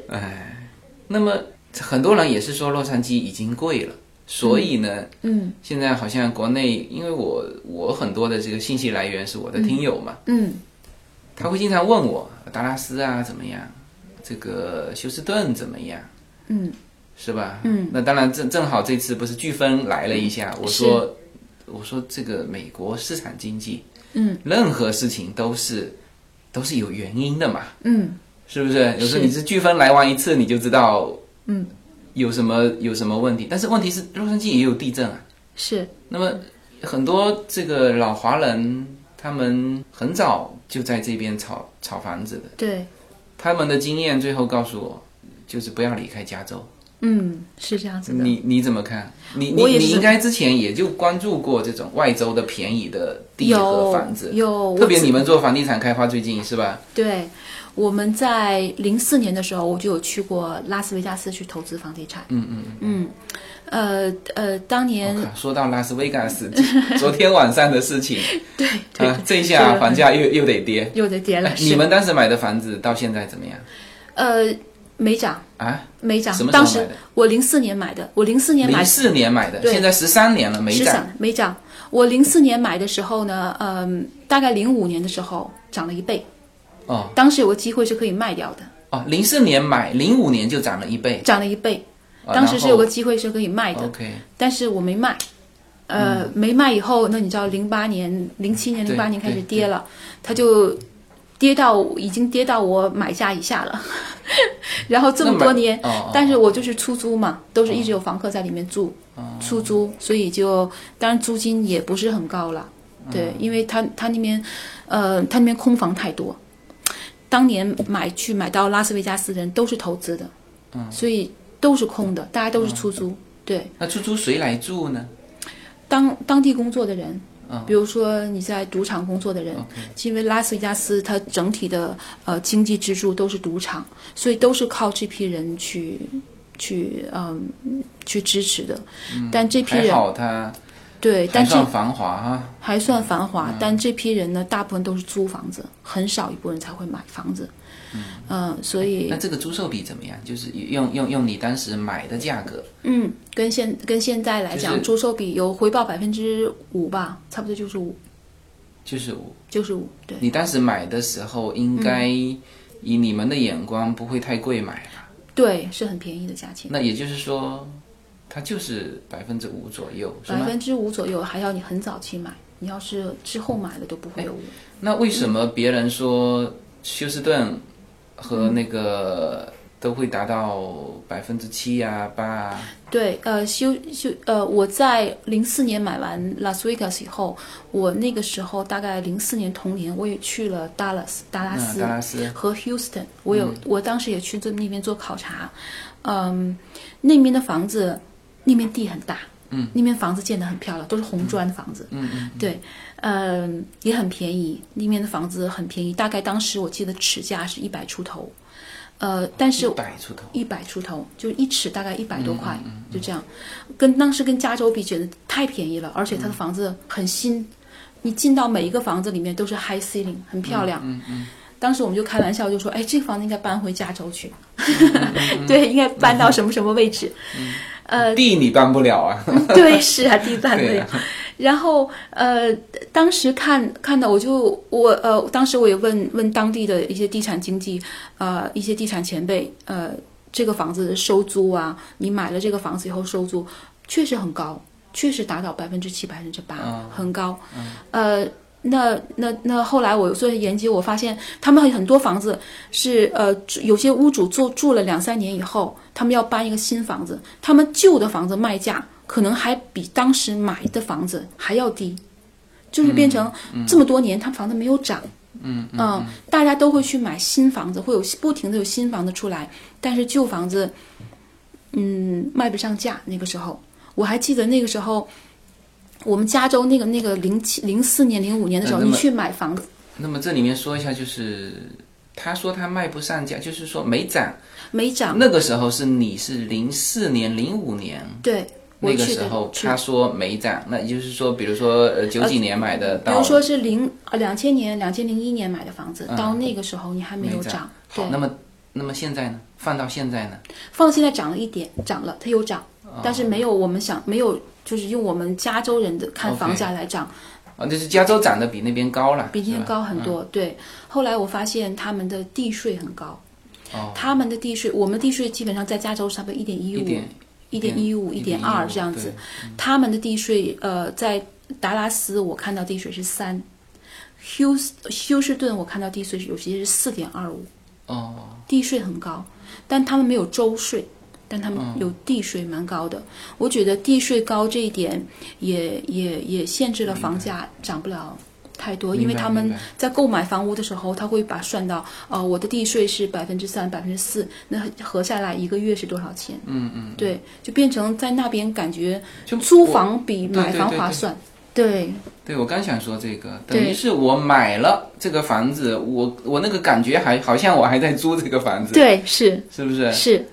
Speaker 1: 那么很多人也是说洛杉矶已经贵了，所以呢，
Speaker 2: 嗯
Speaker 1: 现在好像国内，因为我我很多的这个信息来源是我的听友嘛，
Speaker 2: 嗯
Speaker 1: 他会经常问我达拉斯啊怎么样，这个休斯顿怎么样，
Speaker 2: 嗯，
Speaker 1: 是吧？
Speaker 2: 嗯
Speaker 1: 那当然正正好这次不是飓风来了一下，我说我说这个美国市场经济，
Speaker 2: 嗯，
Speaker 1: 任何事情都是都是有原因的嘛，
Speaker 2: 嗯
Speaker 1: 是不是？有时
Speaker 2: 是
Speaker 1: 候你是飓风来完一次，你就知道，
Speaker 2: 嗯，
Speaker 1: 有什么有什么问题。但是问题是，洛杉矶也有地震啊。
Speaker 2: 是，
Speaker 1: 那么很多这个老华人，他们很早就在这边炒炒房子的，
Speaker 2: 对，
Speaker 1: 他们的经验最后告诉我，就是不要离开加州。
Speaker 2: 嗯是这样子的。
Speaker 1: 你你怎么看？你你
Speaker 2: 我也是
Speaker 1: 你应该之前也就关注过这种外州的便宜的地和
Speaker 2: 有
Speaker 1: 房子，
Speaker 2: 有，我
Speaker 1: 特别
Speaker 2: 自
Speaker 1: 你们做房地产开发最近是吧？
Speaker 2: 对，我们在零四年的时候，我就有去过拉斯维加斯去投资房地产。嗯嗯嗯，呃呃，当年
Speaker 1: 我靠，哦说到拉斯维加斯， 昨昨天晚上的事情
Speaker 2: 对 对、
Speaker 1: 啊，这
Speaker 2: 这
Speaker 1: 下
Speaker 2: 个
Speaker 1: 房价又又得跌。
Speaker 2: 又得跌
Speaker 1: 哎
Speaker 2: 了，
Speaker 1: 你
Speaker 2: 是
Speaker 1: 们当时买的房子到现在怎么样
Speaker 2: 呃没涨
Speaker 1: 啊？
Speaker 2: 没涨
Speaker 1: 什么，时候
Speaker 2: 当
Speaker 1: 买
Speaker 2: 时
Speaker 1: 的
Speaker 2: 我零四年买的，我零四年买
Speaker 1: 零四年买的，
Speaker 2: 对
Speaker 1: 现在十三年了没
Speaker 2: 是
Speaker 1: 涨。
Speaker 2: 涨没涨，我零四年买的时候呢，嗯、大概零五年的时候涨了一倍，
Speaker 1: 哦
Speaker 2: 当时有个机会是可以卖掉的，
Speaker 1: 哦，零四年买，零五年就涨了一倍。
Speaker 2: 涨了一倍，
Speaker 1: 啊
Speaker 2: 当时是有个
Speaker 1: 然哦
Speaker 2: 机会是可以卖的
Speaker 1: 后。OK，
Speaker 2: 但是我没卖。呃，没卖以后，那你知道，零八年、零七
Speaker 1: 嗯
Speaker 2: 年、
Speaker 1: 对
Speaker 2: 零八年开始
Speaker 1: 对
Speaker 2: 跌了，它就跌到已经跌到我买价以下了。 然后这么多年，
Speaker 1: 那买哦哦
Speaker 2: 但是我就是出租嘛，都是一直有房客在里面住，出租，所以就当然租金也不是很高了。对，因为他他那边，呃，他那边空房太多。当年买去买到拉斯维加斯的人都是投资的，所以都是空的，大家都是出租。对，
Speaker 1: 那出租谁来住呢？
Speaker 2: 当当地工作的人
Speaker 1: 嗯，
Speaker 2: 比如说你在赌场工作的人，因为拉斯维加斯它整体的呃经济支柱都是赌场，所以都是靠这批人去去嗯、去支持的。但这批
Speaker 1: 还
Speaker 2: 人
Speaker 1: 好他
Speaker 2: 对，
Speaker 1: 还
Speaker 2: 但是
Speaker 1: 算嗯繁华啊。
Speaker 2: 还算繁华，但这批人呢，大部分都是租房子，很少一部分人才会买房子。嗯、所以
Speaker 1: 那这个租售比怎么样？就是用用用你当时买的价格，
Speaker 2: 嗯，跟现跟现在来讲，
Speaker 1: 就是
Speaker 2: 租售比有回报百分之五吧，差不多就是五，
Speaker 1: 就是我
Speaker 2: 就是五，对，
Speaker 1: 你当时买的时候，应
Speaker 2: 嗯
Speaker 1: 该以你们的眼光不会太贵买吧？
Speaker 2: 对，是很便宜的价钱，
Speaker 1: 那也就是说，它就是百分之五左右，是
Speaker 2: 百
Speaker 1: 吗？
Speaker 2: 分之五左右，还要你很早期买，你要是之后买了都不会有。
Speaker 1: 那为什么别人说休斯顿和那个都会达到百分之七啊、八啊？
Speaker 2: 对，呃，休休呃，我在零四年买完 Las Vegas 以后，我那个时候大概零四年同年，我也去了嗯 Dallas 达拉
Speaker 1: 那
Speaker 2: 斯，
Speaker 1: 达拉斯
Speaker 2: 和 Houston，我有、我当时也去这那边做考察，嗯，那边的房子，那边地很大，嗯，那边房子建得很漂亮，都是红砖房子，嗯嗯，对，嗯，也很便宜，那边的房子很便宜，大概当时我记得尺价是一百出头，呃，但是
Speaker 1: 百出头，
Speaker 2: 一百出头，就一尺大概一百
Speaker 1: 嗯
Speaker 2: 多块，就这样。跟当时跟加州比，觉得太便宜了，而
Speaker 1: 嗯
Speaker 2: 且它的房子很新，你进到每一个房子里面都是 high ceiling，很
Speaker 1: 嗯
Speaker 2: 漂亮。当时我们就开玩笑就说，哎，这个房子应该搬回加州去，
Speaker 1: 嗯
Speaker 2: 对，应该搬到什么什么位置。
Speaker 1: 地你搬不了啊。
Speaker 2: 对，是啊，地段
Speaker 1: 对
Speaker 2: 对
Speaker 1: 啊。
Speaker 2: 然后呃，当时看看到我就我呃，当时我也问问当地的一些地产经济呃一些地产前辈呃，这个房子收租啊，你买了这个房子以后收租确实很高，确实达到百分之七百分之八，很高。呃，那那那后来我做研究，我发现他们很多房子是呃，住有些屋主住住了两三年以后，他们要搬一个新房子，他们旧的房子卖价可能还比当时买的房子还要低，就是变成这么多年，他房子没有涨。嗯大家都会去买新房子，会有不停的有新房子出来，但是旧房子，嗯，卖不上价。那个时候，我还记得那个时候，我们加州那个那个零七零四年零五年的时候，
Speaker 1: 嗯那
Speaker 2: 你
Speaker 1: 么
Speaker 2: 去买房子
Speaker 1: 那么这里面说一下，就是他说他卖不上价，就是说没涨。
Speaker 2: 没涨，
Speaker 1: 那个时候是你是零四年、零五年
Speaker 2: 对，我
Speaker 1: 那个
Speaker 2: 去
Speaker 1: 时
Speaker 2: 的
Speaker 1: 候，
Speaker 2: 去
Speaker 1: 他说没涨，那也就是说，比如说呃九几年买的
Speaker 2: 比
Speaker 1: 到，
Speaker 2: 如说是零呃两千年、两千零一年买的房子，到那个时候你还没有
Speaker 1: 嗯没涨
Speaker 2: 涨，对
Speaker 1: 好，，那么那么现在呢？放到现在呢？
Speaker 2: 放现在涨了一点，涨了，它有涨，
Speaker 1: 哦
Speaker 2: 但是没有我们想没有，就是用我们加州人的看
Speaker 1: OK
Speaker 2: 房价来涨
Speaker 1: 啊，就是加州涨得比那边高了，
Speaker 2: 比那
Speaker 1: 是
Speaker 2: 边
Speaker 1: 吧嗯
Speaker 2: 高很多。对，后来我发现他们的地税很高，他们的地税，我们地税基本上在加州差不多一点一
Speaker 1: 哦嗯一
Speaker 2: 五，
Speaker 1: 点
Speaker 2: 一点一五、一点二这样子。他们的地税，呃，在达拉斯我看到地税是三，休斯休斯顿我看到地税是有些是四点二五，
Speaker 1: 哦，
Speaker 2: 地税很高，但他们没有州税，但他们有地税蛮高的。我觉得地税高这一点也也也限制了房价涨不了。太多，因为
Speaker 1: 明白
Speaker 2: 他
Speaker 1: 明
Speaker 2: 们
Speaker 1: 白
Speaker 2: 在购买房屋的时候，他会把算到，呃，我的地税是百分之三、百分之四，那合下来一个月是多少钱？
Speaker 1: 嗯嗯，
Speaker 2: 对，就变成在那边感觉
Speaker 1: 就
Speaker 2: 租
Speaker 1: 我
Speaker 2: 房比
Speaker 1: 对
Speaker 2: 买
Speaker 1: 对
Speaker 2: 房
Speaker 1: 对
Speaker 2: 划
Speaker 1: 对
Speaker 2: 算。对
Speaker 1: 对，我刚想说这个，等
Speaker 2: 对
Speaker 1: 于是我买了这个房子，我我那个感觉还好像我还在租这个房子，
Speaker 2: 对是
Speaker 1: 是不是？
Speaker 2: 是。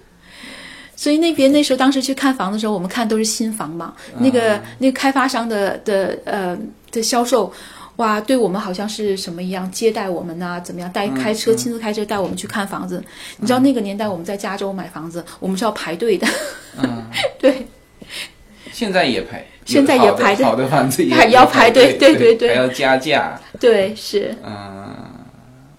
Speaker 2: 所以那边那时候当时去看房的时候，我们看都是新房嘛，那个那个开发商的的呃的销售。哇，对我们好像是什么一样接待我们呐、怎么样带开车、亲自开车带我们去看房子？你知道那个年代我们在加州买房子，我们是要排队的， 对，
Speaker 1: 现在也排，
Speaker 2: 现在也
Speaker 1: 有好的
Speaker 2: 排队
Speaker 1: 好的房子也
Speaker 2: 还要排队
Speaker 1: 对
Speaker 2: 对对对
Speaker 1: 还要加价，
Speaker 2: 对是，
Speaker 1: 嗯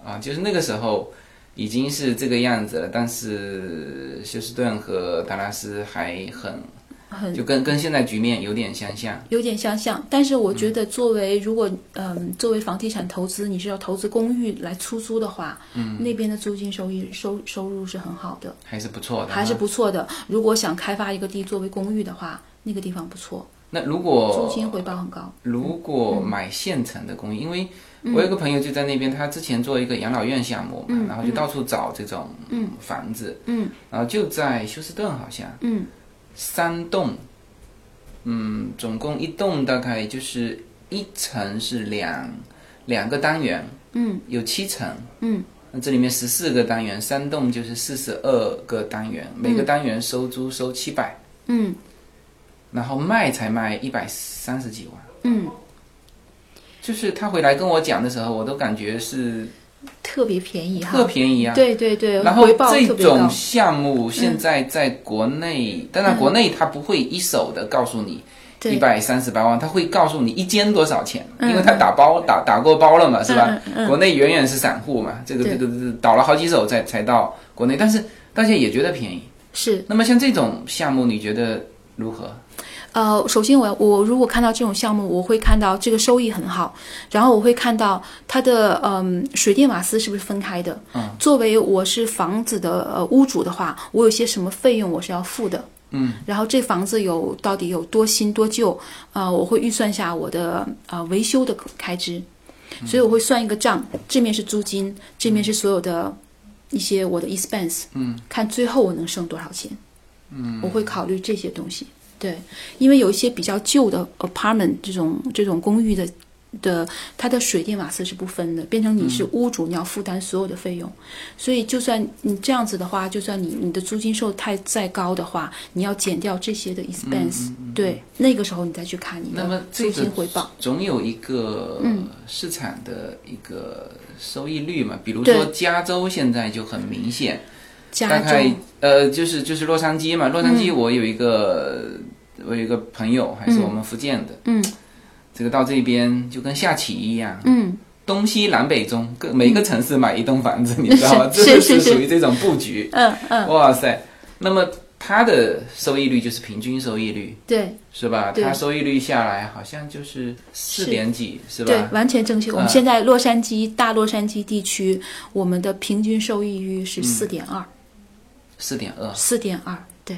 Speaker 1: 啊，就是那个时候已经是这个样子了，但是休斯顿和达拉斯还很
Speaker 2: 很
Speaker 1: 就跟跟现在局面有点相像，
Speaker 2: 有点相像，但是我觉得作为如果嗯、作为房地产投资，你是要投资公寓来出租的话，嗯，那边的租金收益收收入是很好的，
Speaker 1: 还是不错的哈，
Speaker 2: 还是不错的。如果想开发一个地作为公寓的话，那个地方不错，
Speaker 1: 那如果
Speaker 2: 租金回报很高。
Speaker 1: 如果买现成的公寓，因为
Speaker 2: 嗯
Speaker 1: 我有个朋友就在那边，他之前做一个养老院项目嘛，然后就到处找这种房子，
Speaker 2: 嗯，
Speaker 1: 然后就在休斯顿好像
Speaker 2: 嗯
Speaker 1: 三栋，嗯，总共一栋大概就是一层是两两个单元，
Speaker 2: 嗯，
Speaker 1: 有七层，
Speaker 2: 嗯，
Speaker 1: 那这里面十四个单元，三栋就是四十二个单元，每个单元收租收七百，
Speaker 2: 嗯，
Speaker 1: 然后卖才卖一百三十几万。
Speaker 2: 嗯，
Speaker 1: 就是他回来跟我讲的时候，我都感觉是
Speaker 2: 特别便宜哈，
Speaker 1: 特便宜啊。
Speaker 2: 对对对，
Speaker 1: 然后
Speaker 2: 回报
Speaker 1: 这
Speaker 2: 特别高
Speaker 1: 种项目现在在国内，当然国内他不会一手的告诉你
Speaker 2: 对
Speaker 1: 一百三十八万，他会告诉你一间多少钱，
Speaker 2: 嗯
Speaker 1: 因为他打包打打过包了嘛，是吧？
Speaker 2: 嗯嗯嗯
Speaker 1: 国内远远是散户嘛，这个
Speaker 2: 对
Speaker 1: 这个这个倒了好几手才才到国内，但是大家也觉得便宜。
Speaker 2: 是
Speaker 1: 那么像这种项目，你觉得如何？
Speaker 2: 呃，首先我要我如果看到这种项目，我会看到这个收益很好，然后我会看到它的嗯水电瓦斯是不是分开的。
Speaker 1: 嗯，
Speaker 2: 作为我是房子的呃屋主的话，我有些什么费用我是要付的。
Speaker 1: 嗯，
Speaker 2: 然后这房子有到底有多新多旧啊、呃我会预算一下我的呃维修的开支，所以我会算一个账，这面是租金，这面是所有的一些我的 expense，
Speaker 1: 嗯，
Speaker 2: 看最后我能剩多少钱，嗯，我会考虑这些东西。对，因为有一些比较旧的 apartment 这种这种公寓的的，它的水电瓦斯是不分的，变成你
Speaker 1: 嗯
Speaker 2: 是屋主，你要负担所有的费用。所以就算你这样子的话，就算你你的租金收太再高的话，你要减掉这
Speaker 1: 嗯
Speaker 2: 些的 expense，、对，那个时候你再去看你
Speaker 1: 那么
Speaker 2: 的
Speaker 1: 这
Speaker 2: 租
Speaker 1: 个
Speaker 2: 金回报。嗯
Speaker 1: 总有一个市场的一个收益率嘛，比如
Speaker 2: 对
Speaker 1: 说加州现在就很明显，
Speaker 2: 加嗯
Speaker 1: 大概
Speaker 2: 重，
Speaker 1: 呃，就是就是洛杉矶嘛，洛杉矶我有一个、我有一个朋友，还是我们福建的，
Speaker 2: 嗯
Speaker 1: 这个到这边就跟下棋一样，
Speaker 2: 嗯，
Speaker 1: 东西南北中，各每个城市买一栋房子，你知道吗？
Speaker 2: 嗯是
Speaker 1: 这
Speaker 2: 是是
Speaker 1: 属于这种布局，
Speaker 2: 嗯嗯，
Speaker 1: 哇塞！那么它的收益率就是平均收益率。
Speaker 2: 对
Speaker 1: 是吧？
Speaker 2: 对
Speaker 1: 它收益率下来好像就是四点几，是
Speaker 2: 对，
Speaker 1: 吧？
Speaker 2: 完全正确。我们
Speaker 1: 嗯
Speaker 2: 现在洛杉矶大洛杉矶地区，我们的平均收益率
Speaker 1: 嗯
Speaker 2: 是四点二，
Speaker 1: 哦四点二
Speaker 2: 四点二，对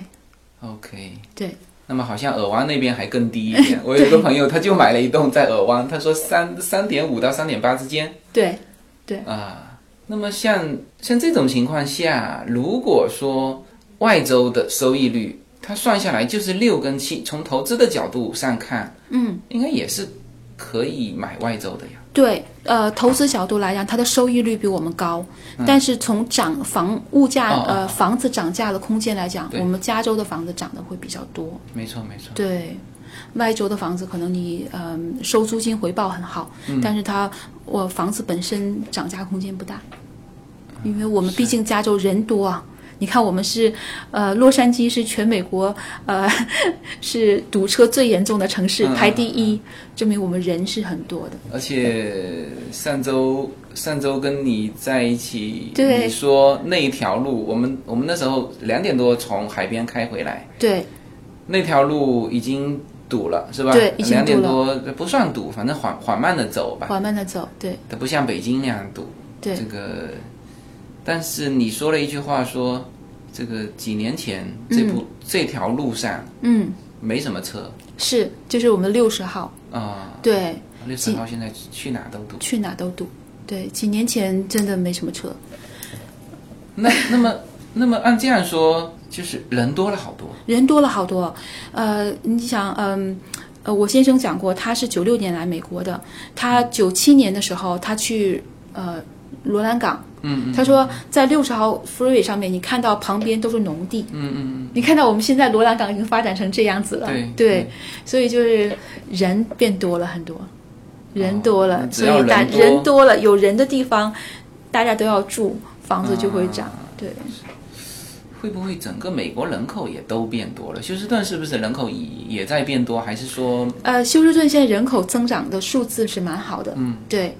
Speaker 1: ，OK。
Speaker 2: 对，
Speaker 1: 那么好像尔湾那边还更低一 点。我有一个朋友，他就买了一栋在尔湾，他说三三点五到三点八之间
Speaker 2: 对，
Speaker 1: 啊、那么像像这种情况下，如果说外周的收益率，它算下来就是六跟七，从投资的角度上看，
Speaker 2: 嗯，
Speaker 1: 应该也是可以买外周的呀。
Speaker 2: 对，呃，投资角度来讲，它的收益率比我们高，但是从涨房物价、
Speaker 1: 嗯哦哦
Speaker 2: 呃房子涨价的空间来讲，
Speaker 1: 对
Speaker 2: 我们加州的房子涨得会比较多。
Speaker 1: 没错，没错。
Speaker 2: 对，外州的房子可能你嗯、收租金回报很好，
Speaker 1: 嗯
Speaker 2: 但是它我房子本身涨价空间不
Speaker 1: 啊
Speaker 2: 大，因为我们毕竟加州人多啊。你看，我们是，呃，洛杉矶是全美国，呃， 是堵车最严重的城市，
Speaker 1: 嗯
Speaker 2: 排
Speaker 1: 嗯
Speaker 2: 第一，证明我们人是很多的。
Speaker 1: 而且上周上周跟你在一起，
Speaker 2: 对
Speaker 1: 你说那一条路，我们我们那时候两点多从海边开回来，
Speaker 2: 对，
Speaker 1: 那条路已经堵了，是吧？
Speaker 2: 对已经
Speaker 1: 两
Speaker 2: 堵了
Speaker 1: 点多不算堵，反正缓缓慢的走吧，
Speaker 2: 缓慢的走，对
Speaker 1: 它不像北京那样堵。
Speaker 2: 对
Speaker 1: 这个，但是你说了一句话说，这个几年前这部、这条路上
Speaker 2: 嗯，
Speaker 1: 没什么车
Speaker 2: 是，就是我们六十号，
Speaker 1: 啊，
Speaker 2: 对，
Speaker 1: 六十、号现在去哪都堵。
Speaker 2: 去哪都堵，对，几年前真的没什么车，
Speaker 1: 那那么那么按这样说，就是人多了好多。
Speaker 2: 人多了好多，呃，你想，嗯。呃，我先生讲过，他是九六年来美国的。他九七年的时候，他去呃罗兰港，
Speaker 1: 嗯
Speaker 2: 他说在六十号 freeway 上面，你看到旁边都是农地，
Speaker 1: 嗯嗯
Speaker 2: 你看到我们现在罗兰港已经发展成这样子了，
Speaker 1: 对对
Speaker 2: 所以就是人变多了很多，人多了，
Speaker 1: 哦只
Speaker 2: 所
Speaker 1: 要
Speaker 2: 以大
Speaker 1: 人多
Speaker 2: 人多了，有人的地方，大家都要住，房子就会涨，
Speaker 1: 啊
Speaker 2: 对，
Speaker 1: 嗯，会不会整个美国人口也都变多了？休斯顿是不是人口也也在变多？还是说
Speaker 2: 呃，休斯顿现在人口增长的数字是蛮好的，
Speaker 1: 嗯，
Speaker 2: 对，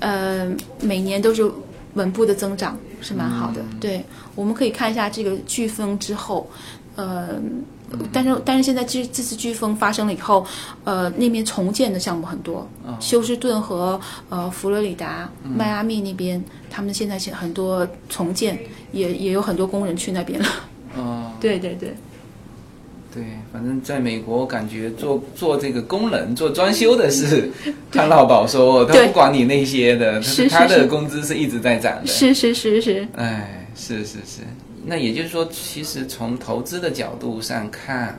Speaker 2: 呃，每年都是稳步的增长，是蛮好的。
Speaker 1: 嗯
Speaker 2: 对，我们可以看一下这个飓风之后，呃，
Speaker 1: 嗯
Speaker 2: 但是但是现在这这次飓风发生了以后，呃，那边重建的项目很多，
Speaker 1: 嗯
Speaker 2: 休斯顿和呃佛罗里达、迈阿密那边，他们现在是很多重建，也也有很多工人去那边了。
Speaker 1: 呃，
Speaker 2: 对对对，
Speaker 1: 对，反正在美国，感觉做做这个工人、做装修的 是旱涝保收，他
Speaker 2: 对
Speaker 1: 不管你那些的，他
Speaker 2: 是是
Speaker 1: 他
Speaker 2: 是
Speaker 1: 的工资是一直在涨的。
Speaker 2: 是是是是，
Speaker 1: 哎，是是是，那也就是说，其实从投资的角度上看，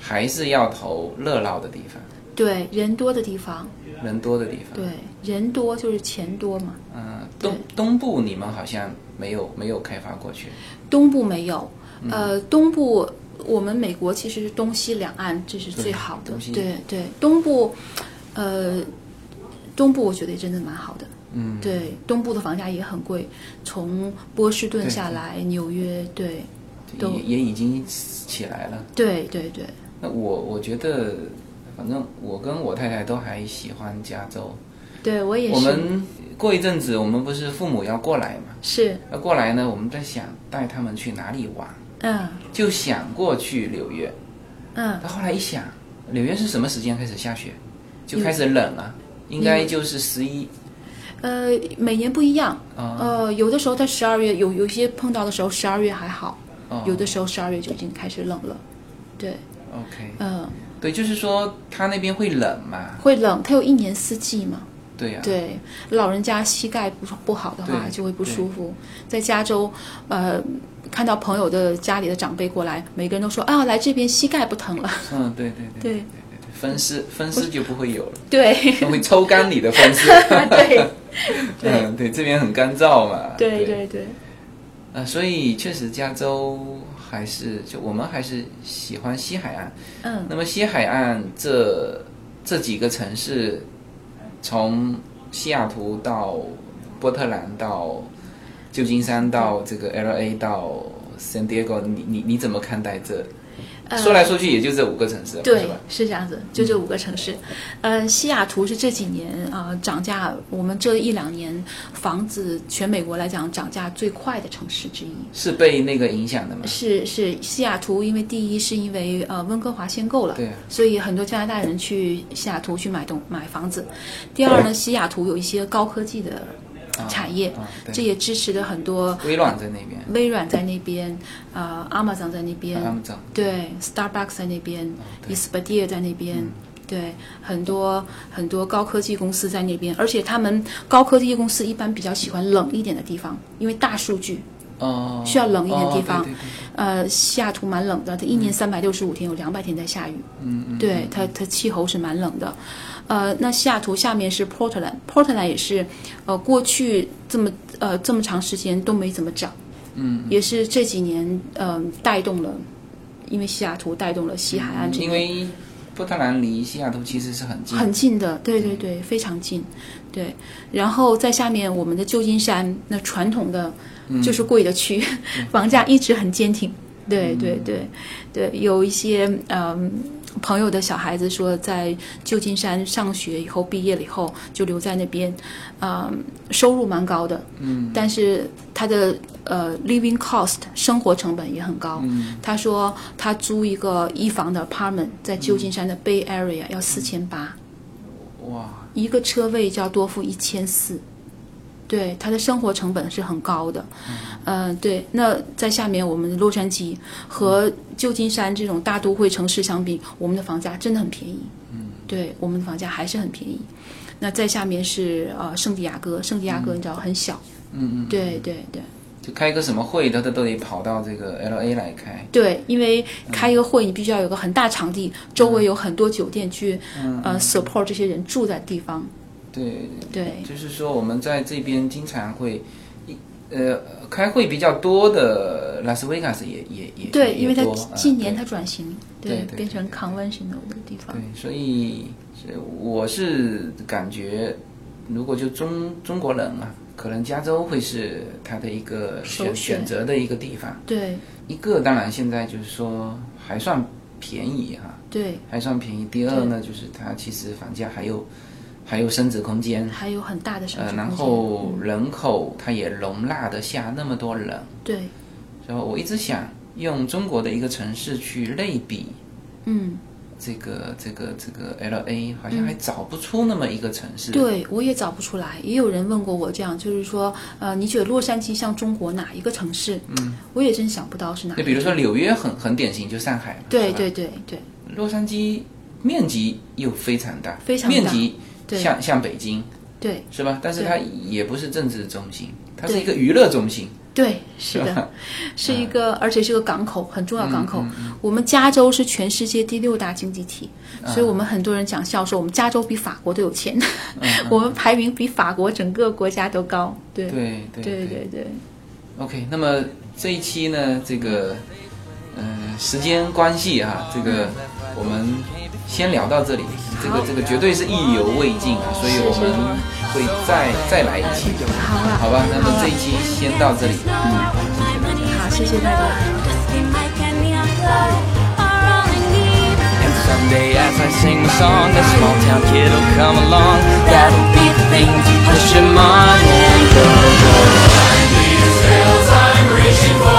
Speaker 1: 还是要投热闹的地方，
Speaker 2: 对，人多的地方，
Speaker 1: 人多的地方。
Speaker 2: 对，人多就是钱多嘛。
Speaker 1: 嗯，东东部你们好像没有没有开发过去，嗯
Speaker 2: 东部没有，呃，东部我们美国其实东西两岸这是最好的
Speaker 1: 东西，
Speaker 2: 对对，东部，呃，东部我觉得也真的蛮好的，嗯，对，东部的房价也很贵，从波士顿
Speaker 1: 对
Speaker 2: 下来纽约，对都
Speaker 1: 也也已经起来了。
Speaker 2: 对对对，
Speaker 1: 那我我觉得，反正我跟我太太都还喜欢加州。
Speaker 2: 对我也
Speaker 1: 我
Speaker 2: 是，
Speaker 1: 们过一阵子，我们不是父母要过来嘛？
Speaker 2: 是，
Speaker 1: 要过来呢，我们在想带他们去哪里玩，
Speaker 2: 嗯
Speaker 1: 就想过去纽约。
Speaker 2: 嗯，
Speaker 1: 但后来一想，纽约是什么时间开始下雪？就开始冷了，应该就是十一
Speaker 2: 呃，每年不一样，
Speaker 1: 啊
Speaker 2: 呃，有的时候在十二月，有有些碰到的时候十二月还好，
Speaker 1: 哦
Speaker 2: 有的时候十二月就已经开始冷了，对，
Speaker 1: OK，
Speaker 2: 嗯、
Speaker 1: 对，就是说他那边会冷嘛？
Speaker 2: 会冷，它有一年四季嘛，
Speaker 1: 对啊呀、
Speaker 2: 对，老人家膝盖不不好的话
Speaker 1: 对
Speaker 2: 就会不舒服。在加州，呃，看到朋友的家里的长辈过来，每个人都说啊，来这边膝盖不疼了。
Speaker 1: 嗯，对对对
Speaker 2: 对
Speaker 1: 对对，风湿风湿就不会有了，
Speaker 2: 对，
Speaker 1: 它会抽干你的风 湿。
Speaker 2: 对，对
Speaker 1: 嗯，对，这边很干燥嘛。
Speaker 2: 对，对，对，
Speaker 1: 呃，所以确实加州还是就我们还是喜欢西海岸。
Speaker 2: 嗯，
Speaker 1: 那么西海岸这这几个城市，从西雅图到波特兰到旧金山到这个 L A 到 San Diego，你你你怎么看待这？
Speaker 2: 呃
Speaker 1: 说来说去也就这五个城市嘛，
Speaker 2: 对
Speaker 1: 是吧？，
Speaker 2: 是这样子，就这五个城市。呃，西雅图是这几年啊、呃涨价，我们这一两年房子全美国来讲涨价最快的城市之一。
Speaker 1: 是被那个影响的吗？
Speaker 2: 是是，西雅图，因为第一是因为呃温哥华先购了，
Speaker 1: 对啊
Speaker 2: 所以很多加拿大人去西雅图去买东买房子。第二呢，西雅图有一些高科技的
Speaker 1: 啊
Speaker 2: 产业，
Speaker 1: 啊对
Speaker 2: 这也支持了很多
Speaker 1: 微软在那边，
Speaker 2: 微软在那边，呃，Amazon 在那边，
Speaker 1: 他们涨，
Speaker 2: 对，Starbucks 在那边
Speaker 1: 啊对嗯
Speaker 2: ，Expedia 在那边。对，很多很多高科技公司在那边，而且他们高科技公司一般比较喜欢冷一点的地方，因为大数据，
Speaker 1: 哦，
Speaker 2: 需要冷一点的
Speaker 1: 哦
Speaker 2: 地方
Speaker 1: 对对对
Speaker 2: 呃，西雅图蛮冷的，它一年三百六十五天有两百天在下雨，
Speaker 1: 嗯嗯，
Speaker 2: 对它它气候是蛮冷的。呃，那西雅图下面是 Portland，Portland 也是，呃，过去这么呃这么长时间都没怎么涨，
Speaker 1: 嗯，
Speaker 2: 也是这几年呃带动了，因为西雅图带动了西海岸这
Speaker 1: 因
Speaker 2: 边
Speaker 1: 为波特兰离西雅图其实是很近，嗯
Speaker 2: 很近的，对对对，非常近，对。然后在下面我们的旧金山，那传统的
Speaker 1: 嗯
Speaker 2: 就是贵的区，房价一直很坚挺。对对对对，有一些嗯朋友的小孩子说，在旧金山上学以后，毕业了以后就留在那边，嗯，收入蛮高的，嗯，但是他的呃 living cost 生活成本也很高。
Speaker 1: 嗯
Speaker 2: 他说他租一个一房的 apartment 在旧金山的 Bay Area 要四千八，
Speaker 1: 哇，
Speaker 2: 一个车位就要多付一千四，对，他的生活成本是很高的。嗯、对。那在下面我们的洛杉矶和旧金山这种大都会城市相比，我们的房价真的很便宜。嗯，对，我们的房价还是很便宜。那在下面是呃圣地亚哥，圣地亚哥你知道很小，
Speaker 1: 嗯嗯，
Speaker 2: 对对对
Speaker 1: 就开个什么会，他都都得跑到这个 L A 来开，
Speaker 2: 对，因为
Speaker 1: 嗯
Speaker 2: 开一个会你必须要有个很大场地，周围有很多酒店去
Speaker 1: 嗯
Speaker 2: 呃 support 这些人住在地方，
Speaker 1: 对，
Speaker 2: 对
Speaker 1: 就是说我们在这边经常会一呃开会比较多的拉斯维加斯也也也
Speaker 2: 对，
Speaker 1: 也
Speaker 2: 因为它
Speaker 1: 多
Speaker 2: 近年
Speaker 1: 啊
Speaker 2: 它转型，
Speaker 1: 对对对
Speaker 2: 变成 conventional 的地
Speaker 1: 对
Speaker 2: 方
Speaker 1: 对，所以是我是感觉，如果就中中国人嘛，可能加州会是他的一个
Speaker 2: 首
Speaker 1: 选
Speaker 2: 选
Speaker 1: 选择的一个地方。
Speaker 2: 对
Speaker 1: 一个当然现在就是说还算便宜哈、
Speaker 2: 对，
Speaker 1: 还算便宜。第二呢，就是它其实房价还有还有升值空间，
Speaker 2: 还有很大的上
Speaker 1: 嗯呃，
Speaker 2: 升
Speaker 1: 然
Speaker 2: 空间，
Speaker 1: 后人口它也容纳得下那么多人。
Speaker 2: 对，
Speaker 1: 然后我一直想用中国的一个城市去类比
Speaker 2: 嗯，
Speaker 1: 这个这个这个 L A，好像还找不出那么一个城市。
Speaker 2: 对我也找不出来，也有人问过我这样，就是说，呃，你觉得洛杉矶像中国哪一个城市？嗯，我也真想不到是哪一
Speaker 1: 就
Speaker 2: 个，
Speaker 1: 比如说纽约很很典型，就上海嘛。
Speaker 2: 嗯对
Speaker 1: 是吧
Speaker 2: 对对对
Speaker 1: 洛杉矶面积又非常大，
Speaker 2: 非常大
Speaker 1: 面积
Speaker 2: 对
Speaker 1: 像像北京
Speaker 2: 对
Speaker 1: 是吧？但是
Speaker 2: 对
Speaker 1: 它也不是政治中心，它是
Speaker 2: 对
Speaker 1: 一个娱乐中心。
Speaker 2: 对，
Speaker 1: 是
Speaker 2: 是
Speaker 1: 吧
Speaker 2: 的，是一
Speaker 1: 嗯
Speaker 2: 个，而且是个港口，很重要港口。我们加州是全世界第六大经济体，
Speaker 1: 嗯
Speaker 2: 所以我们很多人讲笑说，我们加州比法国都有钱，
Speaker 1: 嗯
Speaker 2: 我们排名比法国整个国家都高。对
Speaker 1: 对对
Speaker 2: 对对对
Speaker 1: OK，那么这一期呢，这个嗯、时间关系哈、这个我们先聊到这里，这个这个绝对是意犹未尽啊，所以我们会再再来一期，
Speaker 2: 好啊，
Speaker 1: 好吧？那么这一期先到这里，嗯。
Speaker 2: 好，谢谢大家。
Speaker 4: And someday as I sing a song, a small town kid will come along. That'll be the thing to push him on and go, go.
Speaker 5: These hills I'm reaching for.